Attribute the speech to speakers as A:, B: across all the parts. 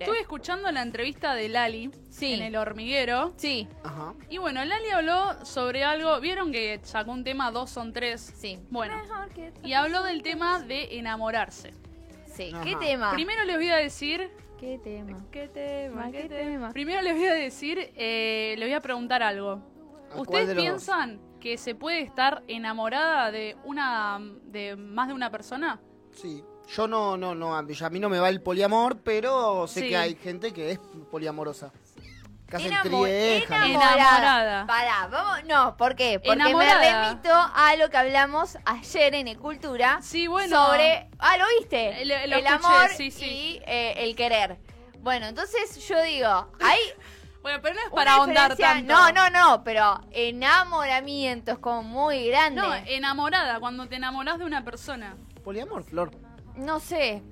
A: Estuve escuchando la entrevista de Lali
B: Sí.
A: en El Hormiguero.
B: Sí,
C: Ajá.
A: Y bueno, Lali habló sobre algo. ¿Vieron que sacó un tema Dos son tres?
B: sí,
A: Bueno, y habló del tema de enamorarse.
B: sí.
C: Ajá.
B: ¿Qué tema?
A: Primero les voy a decir.
B: ¿Qué tema?
A: ¿Qué tema?
B: Ma, ¿qué tema?
A: Primero les voy a decir. eh, les voy a preguntar algo.
C: ¿A cuál de
A: ¿Ustedes
C: los
A: piensan que se puede estar enamorada de una de más de una persona?
C: dos? Sí. Yo no, no, no, a mí a mí no me va el poliamor, pero sé
A: Sí.
C: que hay gente que es poliamorosa. Que hacen
B: Enamo-
C: trieja.
A: enamo- Enamorada.
B: enamorada. Pará, vamos. No, ¿por qué? Porque
A: Enamorada.
B: me remito a lo que hablamos ayer en Ecultura.
A: Sí, bueno.
B: Sobre. Ah, ¿lo viste?
A: Eh, lo- lo
B: el
A: escuché,
B: amor
A: sí, sí.
B: y eh, el querer. Bueno, entonces yo digo, hay
A: Bueno, pero no es
B: una
A: para ahondar
B: diferencia-
A: tanto.
B: No, no, no, pero enamoramiento es como muy grande.
A: No,
B: No,
A: enamorada, cuando te enamorás de una persona.
C: Poliamor, Flor.
A: eh,
B: sé.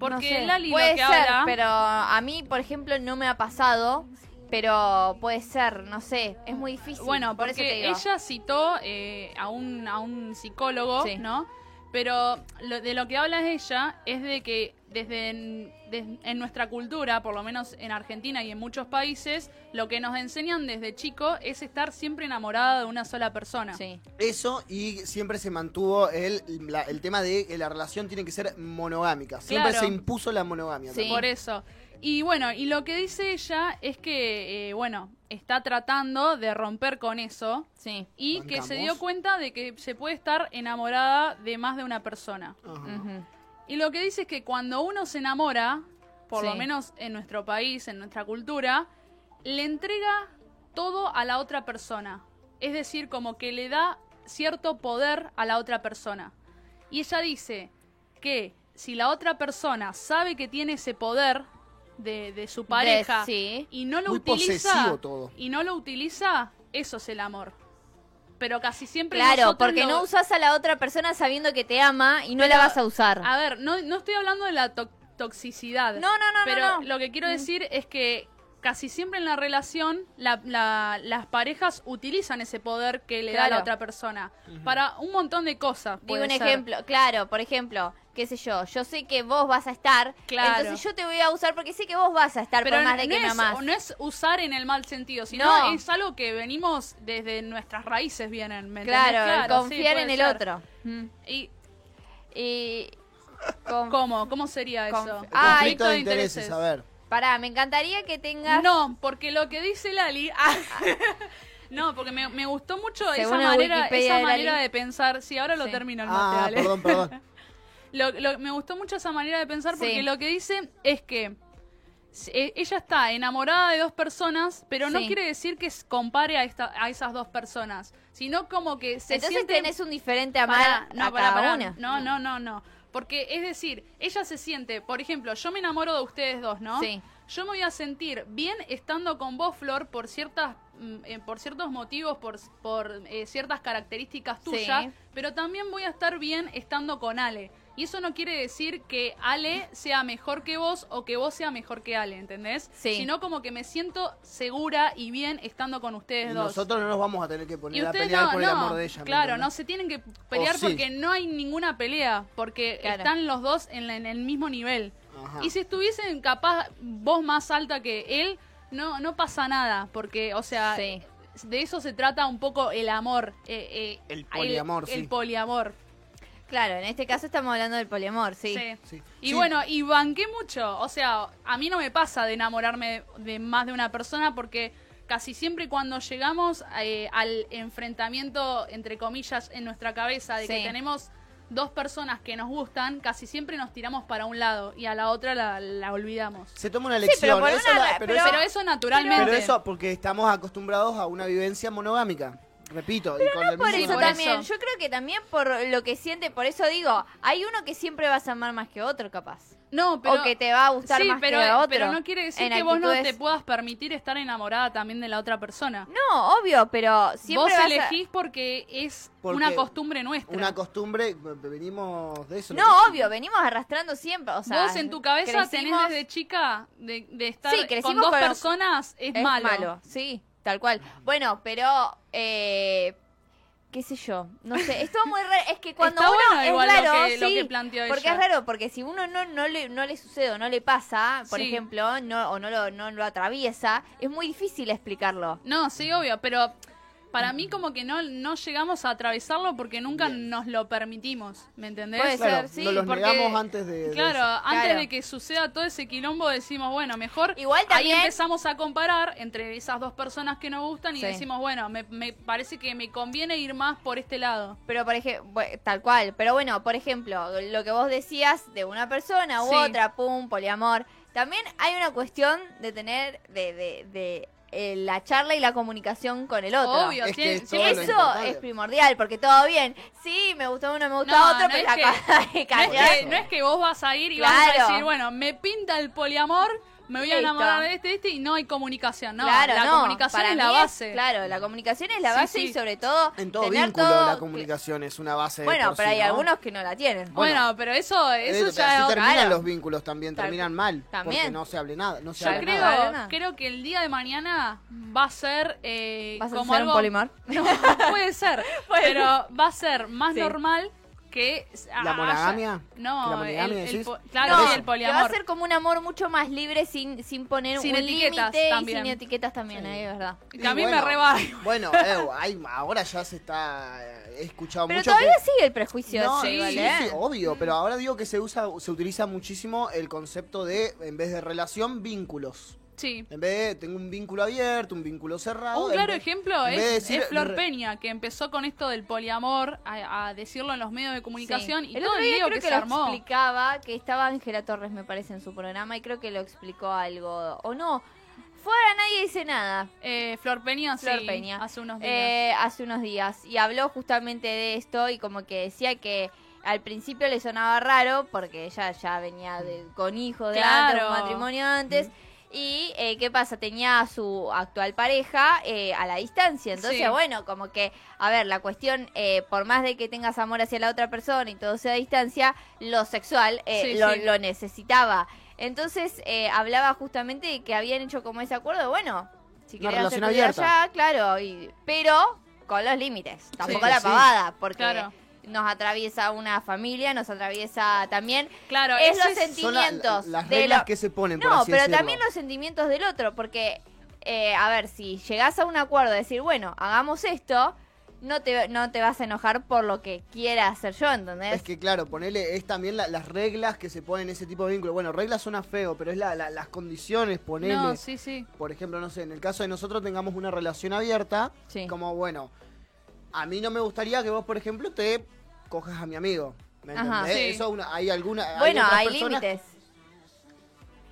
A: Porque
B: no sé.
A: Lali lo
B: puede
A: que
B: ser,
A: habla-
B: pero a mí, por ejemplo, no me ha pasado, pero puede ser, no sé, es muy difícil.
A: bueno,
B: por eso te
A: porque
B: digo.
A: ella citó eh, a, un, a un psicólogo,
B: Sí.
A: ¿no? Pero lo- de lo que habla ella es de que desde en, des- en nuestra cultura, por lo menos en Argentina y en muchos países, lo que nos enseñan desde chico es estar siempre enamorada de una sola persona.
B: Sí.
C: Eso y siempre se mantuvo el, la- el tema de que la relación tiene que ser monogámica. Siempre
A: Claro.
C: se impuso la monogamia.
B: Sí.
A: Por eso. Y bueno, y lo que dice ella es que, eh, bueno, está tratando de romper con eso
B: Sí.
A: y que se dio
C: Bancamos.
A: cuenta de que se puede estar enamorada de más de una persona.
C: Ajá.
A: Y lo que dice es que cuando uno se enamora, por lo
B: Sí.
A: menos en nuestro país, en nuestra cultura, le entrega todo a la otra persona. Es decir, como que le da cierto poder a la otra persona. Y ella dice que si la otra persona sabe que tiene ese poder de, de su pareja
B: sí.
A: y no lo
C: Muy
A: utiliza
C: posesivo todo.
A: y no lo utiliza, eso es el amor. Pero casi siempre
B: Claro,
A: nosotros
B: porque
A: lo-
B: no usas a la otra persona sabiendo que te ama y no la
A: Pero-
B: vas a usar.
A: A ver, no, no estoy hablando de la to- toxicidad.
B: No, no, no,
A: Pero
B: no, Mm. no.
A: lo que quiero decir es que casi siempre en la relación la- la- las parejas utilizan ese poder que le da
B: Claro.
A: la otra persona para un montón de cosas.
B: Digo
A: puede
B: un
A: ser.
B: ejemplo, claro, por ejemplo, qué sé yo, yo sé que vos vas a estar,
A: Claro.
B: entonces yo te voy a usar porque sé que vos vas a estar
A: Pero
B: por
A: no,
B: más de que me
A: es,
B: amás.
A: no es usar en el mal sentido, sino
B: No.
A: es algo que venimos desde nuestras raíces, vienen. ¿me entendés?
B: Claro, el
A: sí,
B: confiar
A: puede
B: en el
A: ser.
B: otro. Mm.
A: ¿Y
B: Y con-
A: cómo? ¿Cómo sería
B: Conf-
A: eso?
B: Ah,
C: Conflicto
B: Conflicto
C: de intereses, a ver.
B: pará, me encantaría que tengas
A: No, porque lo que dice Lali. ah, no, porque me, me gustó mucho
B: Según
A: esa
B: la
A: manera,
B: Wikipedia
A: esa
B: de Lali.
A: manera de pensar. Sí, ahora lo
B: Sí.
A: termino el mate,
C: Ah,
A: dale.
C: perdón, perdón.
A: Lo- lo- me gustó mucho esa manera de pensar porque
B: Sí.
A: lo que dice es que se- e- ella está enamorada de dos personas, pero no
B: Sí.
A: quiere decir que se compare a, esta, a esas dos personas, sino como que se
B: entonces
A: siente...
B: tenés un diferente
A: Pará,
B: amar a
A: pará,
B: cada
A: pará.
B: una.
A: No, no, no, no. Porque es decir, ella se siente, por ejemplo, yo me enamoro de ustedes dos, ¿no?
B: Sí.
A: Yo me voy a sentir bien estando con vos, Flor, por ciertas mm, eh, por ciertos motivos, por, por eh, ciertas características
B: Sí.
A: tuyas, pero también voy a estar bien estando con Ale. Y eso no quiere decir que Ale sea mejor que vos o que vos sea mejor que Ale, ¿entendés?
B: Sí.
A: Sino como que me siento segura y bien estando con ustedes
C: Y
A: dos.
C: nosotros no nos vamos a tener que
A: Y
C: poner a
A: ustedes
C: pelear
A: no,
C: por
A: no,
C: el amor de ella. ¿me
A: claro, no
C: entendés?
A: se tienen que pelear
C: O sí.
A: porque no hay ninguna pelea, porque
B: Claro.
A: están los dos en, la- en el mismo nivel.
C: Ajá.
A: Y si estuviesen capaz vos más alta que él, no, no pasa nada, porque, o sea,
B: Sí.
A: de eso se trata un poco el amor. eh, eh,
C: El poliamor,
A: El,
C: sí.
A: poliamor.
B: Claro, en este caso estamos hablando del poliamor, sí.
A: sí.
C: Sí.
A: Y
C: Sí.
A: bueno, y banqué mucho. O sea, a mí no me pasa de enamorarme de, de más de una persona porque casi siempre cuando llegamos eh, al enfrentamiento, entre comillas, en nuestra cabeza de que
B: Sí.
A: tenemos dos personas que nos gustan, casi siempre nos tiramos para un lado y a la otra la, la olvidamos.
C: Se toma una
B: Sí,
C: lección.
B: pero por
C: eso
B: una-
C: no- pero
A: Pero,
C: eso-
A: eso naturalmente.
C: Pero eso porque estamos acostumbrados a una vivencia monogámica. Repito, y con el
B: Por
A: Sí,
B: eso
A: por
B: también,
A: eso.
B: yo creo que también por lo que siente, por eso digo, hay uno que siempre vas a amar más que otro, capaz.
A: no, pero...
B: o que te va a gustar
A: sí,
B: más
A: pero, eh,
B: que a otro.
A: pero no quiere decir
B: en
A: que vos no
B: actitudes-
A: te puedas permitir estar enamorada también de la otra persona.
B: No, obvio, pero siempre
A: vos
B: vas a-
A: elegís porque es
C: Porque
A: una costumbre nuestra.
C: Una costumbre, eh, venimos de eso.
B: No, obvio, venimos arrastrando siempre, o sea,
A: Vos en tu cabeza
B: crecimos-
A: tenés desde chica de, de estar
B: Sí,
A: con
B: crecimos
A: dos
B: con-
A: personas es,
B: es malo. sí, tal cual. Bueno, pero eh, qué sé yo, no sé, esto es muy raro, es que cuando
A: Está
B: uno
A: bueno
B: es
A: igual
B: raro,
A: lo que, lo
B: sí,
A: que planteó
B: porque
A: ella.
B: es raro, porque si uno no, no, le, no le sucede o no le pasa, por
A: Sí.
B: ejemplo, no, o no lo, no lo atraviesa, es muy difícil explicarlo.
A: No, sí, obvio, pero para mí como que no, no llegamos a atravesarlo porque nunca
C: Bien.
A: nos lo permitimos, ¿me entendés?
B: Puede ser.
C: Claro,
B: sí,
C: no los
A: porque-
C: negamos antes de. de
A: Claro,
C: eso.
A: antes
B: Claro.
A: de que suceda todo ese quilombo decimos, bueno, mejor
B: Igual
A: ahí
B: también-
A: empezamos a comparar entre esas dos personas que nos gustan y
B: Sí.
A: decimos, bueno, me, me parece que me conviene ir más por este lado.
B: Pero por ejemplo, tal cual, pero bueno, por ejemplo, lo que vos decías de una persona u
A: Sí.
B: otra, pum, poliamor, también hay una cuestión de tener, de, de, de eh, la charla y la comunicación con el otro.
A: Obvio,
C: Es que
A: tiene-
C: es
A: tiene-
C: todo lo
B: Eso
C: importante.
B: es primordial, porque todo bien. Sí, me gustó uno, me gustó
A: No,
B: otro,
A: no
B: pero
A: es que-
B: acá de
A: no, es
B: callar.
A: que, no es que vos vas a ir y vas a
B: Claro.
A: decir, bueno, me pinta el poliamor, me voy a
B: Listo.
A: enamorar de este, de este y no hay comunicación. No,
B: claro,
A: la
B: no,
A: comunicación
B: para
A: es
B: mí
A: la base.
B: claro, la comunicación es la
A: Sí,
B: base
A: sí.
B: y sobre todo.
C: En todo
B: tener
C: vínculo
B: todo-
C: la comunicación es una base de
B: Bueno,
C: por
B: pero
C: sí,
B: hay
C: ¿no?
B: algunos que no la tienen.
A: Bueno, pero eso, eso
C: Eh,
A: ya
C: así
A: es otra-
C: terminan
B: claro.
C: los vínculos también,
B: Tal-
C: terminan mal.
B: también.
C: Porque no se hable nada, no se
A: Yo
C: habla
A: creo,
C: nada.
B: nada.
A: creo que el día de mañana va a ser eh,
B: ¿Vas a
A: como
B: hacer
A: algo...
B: un polimar?
A: No, puede ser, pero va a ser más
B: Sí.
A: normal que
C: ¿La
A: haya-
C: monogamia?
A: No,
C: ¿La monogamia
A: el- el
C: decís?
A: po- claro, sí,
C: No,
A: el
B: que va
A: poliamor.
B: a ser como un amor mucho más libre sin, sin poner
A: Sin
B: un
A: etiquetas
B: límite y
A: también.
B: sin etiquetas también, ahí es verdad.
A: Que a
C: Y
A: mí me
C: bueno,
A: reba.
C: Bueno, eh, hay- ahora ya se está. eh, He escuchado
B: Pero
C: mucho.
B: todavía
C: que-
B: sigue el prejuicio.
C: No,
B: ese,
A: sí,
B: igual,
C: sí,
B: ¿eh?
C: sí, obvio, pero ahora digo que se usa, se utiliza muchísimo el concepto de, en vez de relación, vínculos.
A: Sí.
C: En vez de tengo un vínculo abierto, un vínculo cerrado.
A: Un
C: en
A: claro
C: vez-
A: ejemplo
C: en vez de
A: es,
C: decir-
A: es Flor
C: re-
A: Peña, que empezó con esto del poliamor, a, a decirlo en los medios de comunicación,
B: Sí.
A: y todo el lío
B: creo
A: que,
B: que,
A: se
B: lo
A: armó.
B: explicaba, que estaba Ángela Torres, me parece, en su programa, y creo que lo explicó algo. O no, fuera nadie dice nada.
A: Eh, Flor Peña,
B: Flor
A: sí,
B: Peña.
A: hace unos días.
B: eh, hace unos días. Y habló justamente de esto y como que decía que al principio le sonaba raro porque ella ya venía de- con hijos de antes,
A: Claro.
B: un matrimonio antes. Y eh, qué pasa, tenía a su actual pareja eh, a la distancia. Entonces,
A: Sí.
B: bueno, como que, a ver, la cuestión, eh, por más de que tengas amor hacia la otra persona y todo sea a distancia, lo sexual eh,
A: Sí,
B: lo,
A: sí.
B: lo necesitaba. Entonces, eh, hablaba justamente de que habían hecho como ese acuerdo, bueno, si
C: Una
B: querés hacer
C: relación
B: tu vida
C: abierta.
B: allá, Ah, claro, y- pero con los límites. Tampoco
C: Sí,
B: la
C: sí.
B: pavada, porque
A: Claro.
B: nos atraviesa una familia, nos atraviesa también.
A: claro,
B: es
A: eso
B: los
A: es-
B: sentimientos
C: Son la- las
B: de
C: reglas
B: lo-
C: que se ponen, por
B: No,
C: así
B: pero
C: decirlo.
B: también los sentimientos del otro, porque, eh, a ver, si llegás a un acuerdo de decir, bueno, hagamos esto, no te, no te vas a enojar por lo que quiera hacer yo, ¿entendés?
C: Es que claro, ponele, es también la- las reglas que se ponen en ese tipo de vínculo. Bueno, reglas suena feo, pero es la, la- las condiciones, ponele.
A: No, sí, sí.
C: Por ejemplo, no sé, en el caso de nosotros tengamos una relación abierta,
B: Sí.
C: como bueno, a mí no me gustaría que vos, por ejemplo, te cojas a mi amigo. ¿Me
B: Ajá.
C: entendés?
A: Sí.
C: Eso una- hay alguna.
B: bueno,
C: otras
B: hay
C: personas-
B: límites.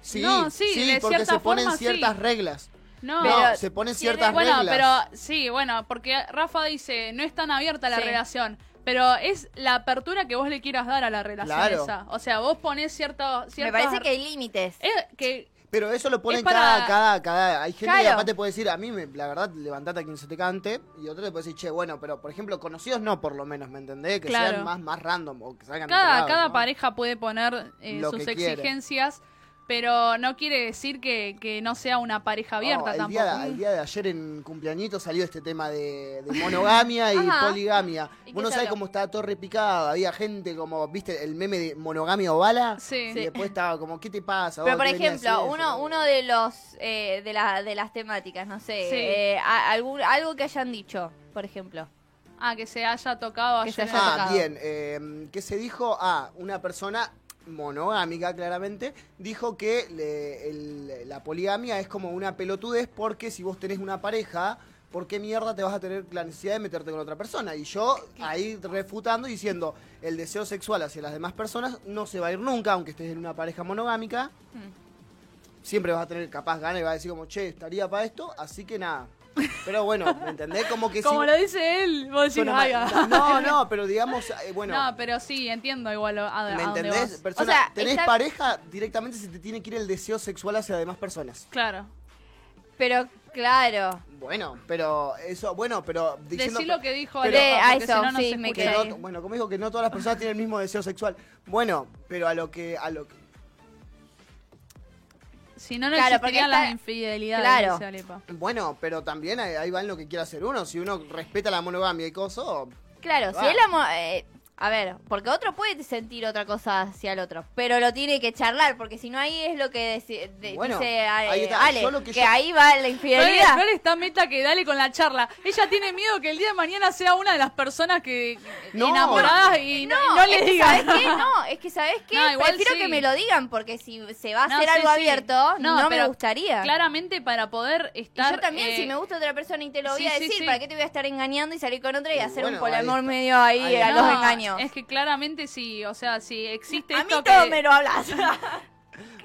C: Sí,
A: No, sí,
C: sí,
A: de
C: porque
A: cierta
C: se ponen
A: forma, sí.
C: ciertas reglas.
A: No,
C: No,
B: Pero
C: se ponen
B: tiene-
C: ciertas
A: Bueno,
C: reglas.
A: pero sí, bueno, porque Rafa dice, no es tan abierta la
B: Sí.
A: relación, pero es la apertura que vos le quieras dar a la relación
C: Claro.
A: esa. O sea, vos ponés cierto...
B: Me
A: ciertas-
B: parece que hay límites.
A: Es que...
C: Pero eso lo ponen
A: Es para-
C: cada, cada, cada. Hay gente que
B: Claro.
C: aparte puede decir, a mí, me, la verdad, levantate a quien se te cante. Y otro te puede decir, che, bueno, pero por ejemplo, conocidos no, por lo menos, ¿me entendés? Que
A: Claro.
C: sean más, más random o que salgan de
A: Cada,
C: otro lado,
A: cada
C: ¿no?
A: pareja puede poner eh,
C: Lo
A: sus
C: que quiere.
A: exigencias, pero no quiere decir que, que no sea una pareja abierta
C: Oh, el,
A: tampoco.
C: día de, el día de ayer en cumpleañito salió este tema de, de monogamia y
B: Ajá.
C: poligamia.
B: ¿Y qué
C: Vos no sabés
B: salió?
C: cómo estaba todo repicado. Había gente como, viste, el meme de monogamia o bala.
A: Sí.
C: Y
A: Sí.
C: después estaba como, ¿qué te pasa?
B: Pero
C: vos?
B: por
C: ¿Qué venía a
B: ejemplo,
C: hacer
B: uno,
C: eso?
B: uno de los eh, de, la- de las temáticas, no sé,
A: Sí.
B: eh, a- algún, algo que hayan dicho, por ejemplo.
A: Ah, que se haya tocado
B: Que se
A: ayer.
B: haya
C: Ah,
B: tocado.
C: bien. eh, ¿Qué se dijo? Ah, una persona monogámica, claramente, dijo que le- el- la poligamia es como una pelotudez porque si vos tenés una pareja, ¿por qué mierda te vas a tener la necesidad de meterte con otra persona? Y yo ahí refutando y diciendo, el deseo sexual hacia las demás personas no se va a ir nunca, aunque estés en una pareja monogámica.
B: Mm.
C: Siempre vas a tener capaz ganas y vas a decir como, che, estaría para esto, así que nada. Pero bueno, ¿me entendés? Como que
A: Como
C: si-
A: lo dice él, vos decís,
C: Suena
A: "Ay,
B: ah".
C: mal. No, no, pero digamos, eh, bueno,
A: No, pero sí, entiendo igual a, a
C: ¿me
A: dónde
C: entendés?
A: vas.
C: Persona,
B: O sea,
C: tenés
B: está-
C: pareja, directamente se te tiene que ir el deseo sexual hacia demás personas.
A: Claro.
B: Pero claro,
C: Bueno, pero eso, bueno, pero diciendo
A: Decí lo que dijo
B: Pero-
A: Alejo,
B: Eh, a
A: porque
B: eso,
A: si no, no
B: sí,
A: se
B: me
A: escucha.
B: quedé.
C: que
B: ahí.
C: no, bueno, como dijo que no todas las personas tienen el mismo deseo sexual. Bueno, pero a lo que a lo que-
A: Si no, no
B: Claro, porque
A: existirían
B: esta-
A: las infidelidades.
B: Claro.
A: dice Alepa.
C: Bueno, pero también ahí ahí va en lo que quiera hacer uno. Si uno respeta la monogamia y cosas,
B: Claro, si
C: Va.
B: él amo- eh, a ver, porque otro puede sentir otra cosa hacia el otro, pero lo tiene que charlar, porque si no ahí es lo que deci- de-
C: Bueno,
B: dice eh,
C: ahí está,
B: Ale,
C: yo lo que
B: que,
C: yo-
B: ahí va la
A: Flores,
B: infidelidad.
A: Flores está meta que dale con la charla. Ella tiene miedo que el día de mañana sea una de las personas que
C: No.
A: enamoradas y no, y no
B: es
A: le
B: que
A: diga.
B: ¿sabes qué? No, es que ¿sabes qué?
A: No, igual
B: Prefiero
A: sí.
B: que me lo digan, porque si se va a
A: No,
B: hacer
A: sí,
B: algo
A: sí.
B: abierto, no, me
A: pero
B: gustaría.
A: Claramente para poder
B: Y
A: estar.
B: yo también,
A: eh,
B: si me gusta otra persona y te lo voy
A: sí,
B: a
A: sí,
B: decir,
A: sí.
B: ¿para qué te voy a estar engañando y salir con otra y
C: Y
B: hacer un
C: bueno,
B: poliamor
C: ahí está.
B: medio ahí,
C: Ahí
B: a
C: está.
B: los
A: no,
B: engaños?
A: Es que claramente sí, o sea, si existe
B: a mí
A: esto
B: todo
A: que-
B: me lo hablas.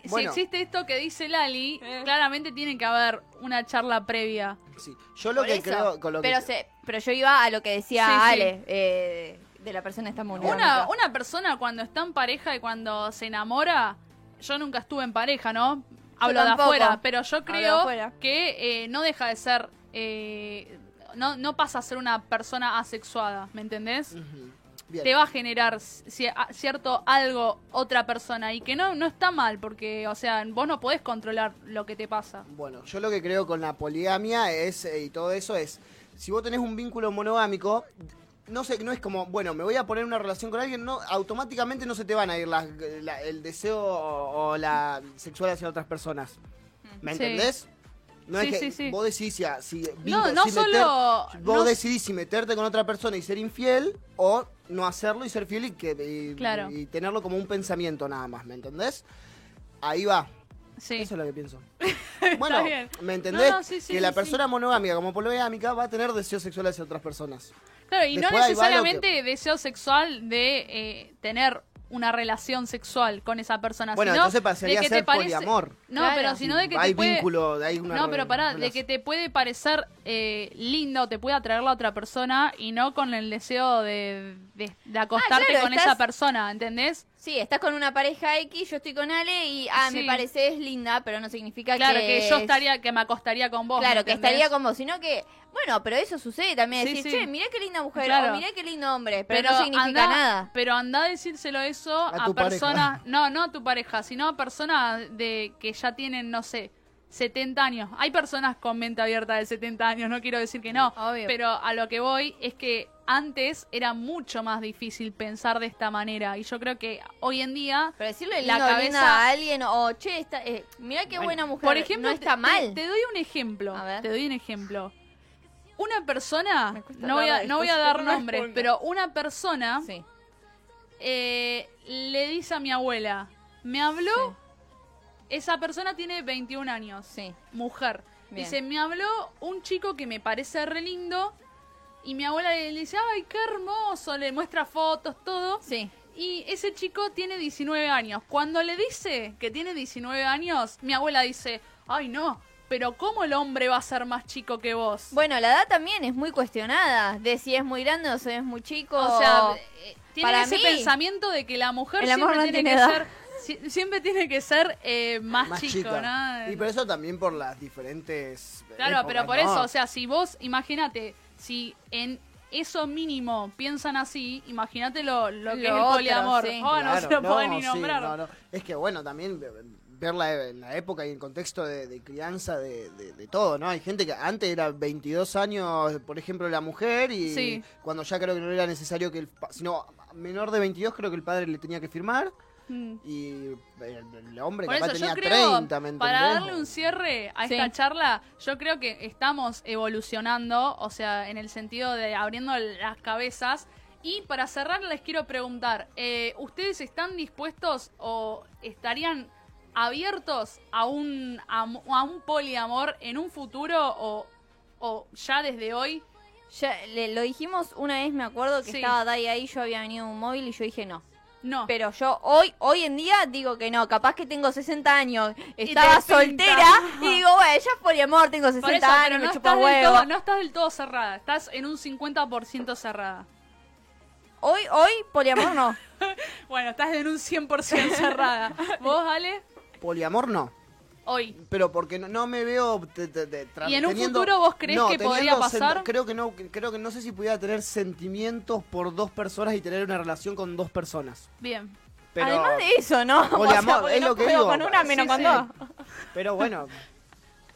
A: si
C: Bueno.
A: existe esto que dice Lali, claramente tiene que haber una charla previa.
C: sí. Yo lo
B: Por
C: que
B: eso,
C: creo. Con lo que-
B: pero, se- pero yo iba a lo que decía
A: Sí, sí.
B: Ale, eh, de la persona está muy
A: Una, una persona cuando está en pareja y cuando se enamora, yo nunca estuve en pareja, ¿no? Hablo de
B: tampoco.
A: afuera, pero yo
B: Hablo de
A: creo
B: afuera.
A: que eh, no deja de ser, eh, no, no pasa a ser una persona asexuada, ¿me entendés?
C: Ujú. Bien.
A: Te va a generar ci- a- cierto algo otra persona y que no, no está mal, porque, o sea, vos no podés controlar lo que te pasa.
C: Bueno, yo lo que creo con la poligamia es eh, y todo eso es, si vos tenés un vínculo monogámico, no sé, no es como, bueno, me voy a poner una relación con alguien, no, automáticamente no se te van a ir las- la- el deseo o, o la sexual hacia otras personas. ¿Me
A: Mm. Sí.
C: entendés? No
A: Sí,
C: es que
A: sí, sí.
C: vos decidís si, si
A: No,
C: vínculo-
A: no
C: si meter-
A: solo...
C: vos
A: no-
C: decidís si meterte con otra persona y ser infiel o no hacerlo y ser fiel y, que, y-
A: Claro.
C: y tenerlo como un pensamiento nada más, ¿me entendés? Ahí va.
A: sí.
C: Eso es lo que pienso. Bueno,
A: bien.
C: ¿me entendés?
A: No, no, sí, sí,
C: que la
A: sí.
C: persona monogámica como poligámica va a tener deseo sexual hacia otras personas.
A: Claro, y no
C: Después ahí va lo
A: necesariamente deseo sexual de eh, tener una relación sexual con esa persona.
C: bueno,
A: sino
C: entonces pasaría
A: Ah, de que
C: a
A: te
C: ser
A: parece-
C: poliamor.
A: No,
B: Claro.
A: pero sino de que
C: hay
A: te puede...
C: vínculo, hay una
A: No, pero pará, de
C: relación.
A: que te puede parecer eh, linda o te puede atraer la otra persona y no con el deseo de, de- de acostarte
B: Ah, claro,
A: con
B: estás-
A: esa persona, ¿entendés?
B: Sí, estás con una pareja X, yo estoy con Ale y ah, me
A: Sí.
B: parece es linda, pero no significa
A: Claro,
B: que
A: que, yo estaría, que me acostaría con vos.
B: Claro,
A: ¿me
B: que
A: entendés?
B: estaría con vos, sino que, bueno, pero eso sucede también.
A: Sí,
B: decir,
A: sí.
B: che, mirá qué linda mujer,
A: Claro.
B: o mirá qué lindo hombre, pero, no significa
A: andá-
B: nada.
A: Pero anda a decírselo eso
C: A
A: a,
C: tu pareja.
A: personas, no, no a tu pareja, sino a personas de que ya tienen, no sé, 70 años. Hay personas con mente abierta de 70 años, no quiero decir que no,
B: Obvio.
A: pero a lo que voy es que antes era mucho más difícil pensar de esta manera y yo creo que hoy en día
B: Pero decirle
A: la
B: lindo o linda
A: cabeza-
B: a alguien, o che, está, eh, mirá qué buena mujer,
A: por ejemplo,
B: no está
A: te-
B: mal.
A: Te, te doy un ejemplo.
B: A ver.
A: Te doy un ejemplo. Una persona,
B: Me cuesta
A: no voy,
B: hablar
A: a,
B: de
A: no voy a
B: esto,
A: dar
B: no me
A: nombres,
B: pongas.
A: pero una persona
B: Sí.
A: eh, le dice a mi abuela, me habló, esa persona tiene 21 años,
B: Sí.
A: mujer.
B: Bien.
A: Dice, me habló un chico que me parece re lindo y mi abuela le le dice, ay, qué hermoso, le muestra fotos, todo.
B: Sí.
A: Y ese chico tiene 19 años. Cuando le dice que tiene 19 años, mi abuela dice, ay, no, pero ¿cómo el hombre va a ser más chico que vos?
B: Bueno, la edad también es muy cuestionada, de si es muy grande o si es muy chico.
A: O sea, eh, tienen
B: para
A: ese
B: mí,
A: pensamiento de que la mujer
B: el amor
A: siempre
B: no
A: tiene,
B: tiene
A: que
B: edad.
A: ser, si- siempre tiene que ser eh, más,
C: Más
A: chico,
C: chica.
A: ¿no?
C: Y por eso también por las diferentes.
A: Claro, pero
C: épocas,
A: por
C: ¿no?
A: eso, o sea, si vos, imagínate, si en eso mínimo piensan así, imagínate lo, lo que es
B: Lo
A: el
B: otro,
A: poliamor.
B: sí.
A: Oh, no se
C: Claro,
A: lo pueden ni
C: sí,
A: nombrar.
C: no, no. Es que bueno, también ve- ver la, la época y el contexto de, de crianza de, de- de todo, ¿no? Hay gente que antes era 22 años, por ejemplo, la mujer, y
A: Sí.
C: cuando ya creo que no era necesario que el... pa- sino menor de 22 creo que el padre le tenía que firmar,
A: Mm.
C: y el, el hombre
A: Por
C: capaz
A: eso yo
C: tenía
A: creo,
C: 30, ¿me
A: para
C: entendés?
A: darle un cierre a
B: Sí.
A: esta charla, yo creo que estamos evolucionando, o sea, en el sentido de abriendo las cabezas. Y para cerrar les quiero preguntar, eh, ¿ustedes están dispuestos o estarían abiertos a un, am- a, un poliamor en un futuro o, o ya desde hoy?
B: Ya, le- lo dijimos una vez, me acuerdo que
A: Sí.
B: estaba Dai ahí, yo había venido en un móvil y yo dije no.
A: No.
B: Pero yo hoy, hoy en día digo que no, capaz que tengo 60 años,
A: Y
B: estaba
A: te pinta.
B: soltera y digo, bueno, ya es poliamor, tengo 60
A: Por eso,
B: años,
A: pero
B: me
A: no
B: chupa
A: estás, del
B: huevo.
A: todo, no estás del todo cerrada, estás en un 50% cerrada.
B: Hoy, hoy, poliamor no.
A: Bueno, estás en un 100% cerrada. ¿Vos, Ale?
C: Poliamor no.
A: Hoy.
C: Pero porque no, no me veo te- te- te- tra-
A: ¿Y en un
C: teniendo-
A: futuro vos creés
C: no,
A: que
C: teniendo
A: podría
C: sen-
A: pasar?
C: Creo que no, creo que no sé si pudiera tener sentimientos por dos personas y tener una relación con dos personas.
A: Bien.
C: Pero
B: Además de eso, ¿no?
C: Poliamor,
B: porque
C: es
B: no
C: lo que
B: puedo
C: digo.
B: con una menos
A: Sí,
B: con
A: sí.
B: dos.
C: Pero bueno,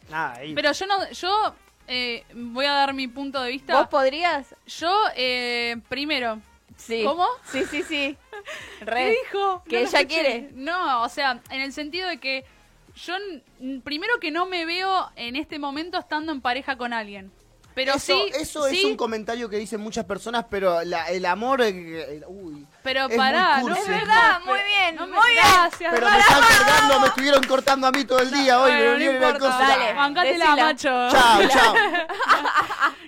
C: nada, ahí.
A: Pero yo no, yo eh, voy a dar mi punto de vista.
B: ¿Vos podrías?
A: Yo, eh, primero,
B: Sí.
A: ¿Cómo?
B: Sí, sí, sí.
A: ¿qué
B: Re.
A: dijo?
B: Que
A: lo
B: ella
A: escuché.
B: quiere.
A: No, o sea, en el sentido de que yo, n- primero que no me veo en este momento estando en pareja con alguien. Pero
C: eso,
A: sí,
C: eso
A: sí,
C: es un comentario que dicen muchas personas, pero la- el amor. eh, el- uy.
A: pero
C: es
A: pará,
C: muy
A: no
C: cursi.
B: Es verdad,
A: no,
B: muy
A: pero-
B: bien,
A: no me-
B: muy bien.
A: Gracias,
C: Pero me
A: gracias.
C: están cargando, me estuvieron cortando a mí todo el día hoy.
A: Bueno,
C: me viene
A: no
C: una
A: importa,
C: cosa-
B: Dale,
A: bancátela,
B: decila.
A: macho.
C: Chao, chao.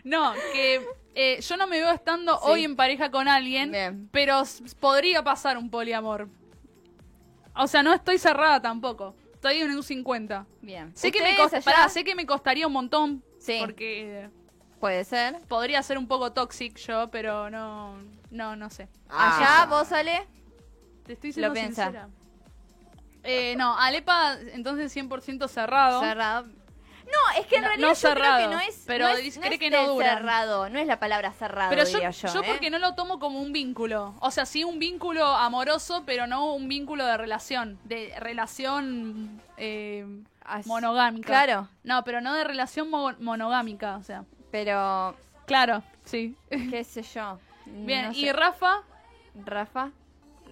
A: No, que eh, yo no me veo estando hoy en pareja con alguien,
B: Bien.
A: pero s- podría pasar un poliamor. O sea, no estoy cerrada tampoco. Estoy en un 50.
B: Bien.
A: Sé que, me
B: ¿Ustedes
A: cos-
B: allá?
A: pará, sé que me costaría un montón,
B: Sí.
A: porque
B: Puede ser.
A: podría ser un poco toxic yo, pero no, no, no sé.
B: Ah.
C: Ah.
B: Allá vos sale.
A: Te estoy siendo
B: Lo piensa.
A: sincera. Eh, no, Alepa entonces 100% cerrado.
B: Cerrado. No, es que en
A: No-
B: realidad
A: no
B: yo
A: cerrado,
B: creo que no es.
A: pero
B: no es,
A: dice- cree
B: es
A: que no
B: del
A: duran.
B: cerrado, no es la palabra cerrado,
A: Pero yo,
B: diría
A: yo,
B: yo. ¿eh?
A: porque no lo tomo como un vínculo. O sea, sí un vínculo amoroso, pero no un vínculo de relación. De relación eh,
B: As-
A: monogámica.
B: Claro.
A: No, pero no de relación mo- monogámica, o sea.
B: Pero,
A: Claro, sí.
B: qué sé yo.
A: Bien,
B: Mm, no
A: y
B: sé.
A: Rafa.
B: Rafa.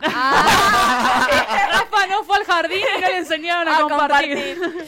B: Ah,
A: Rafa no fue al jardín y no le enseñaron a, compartir.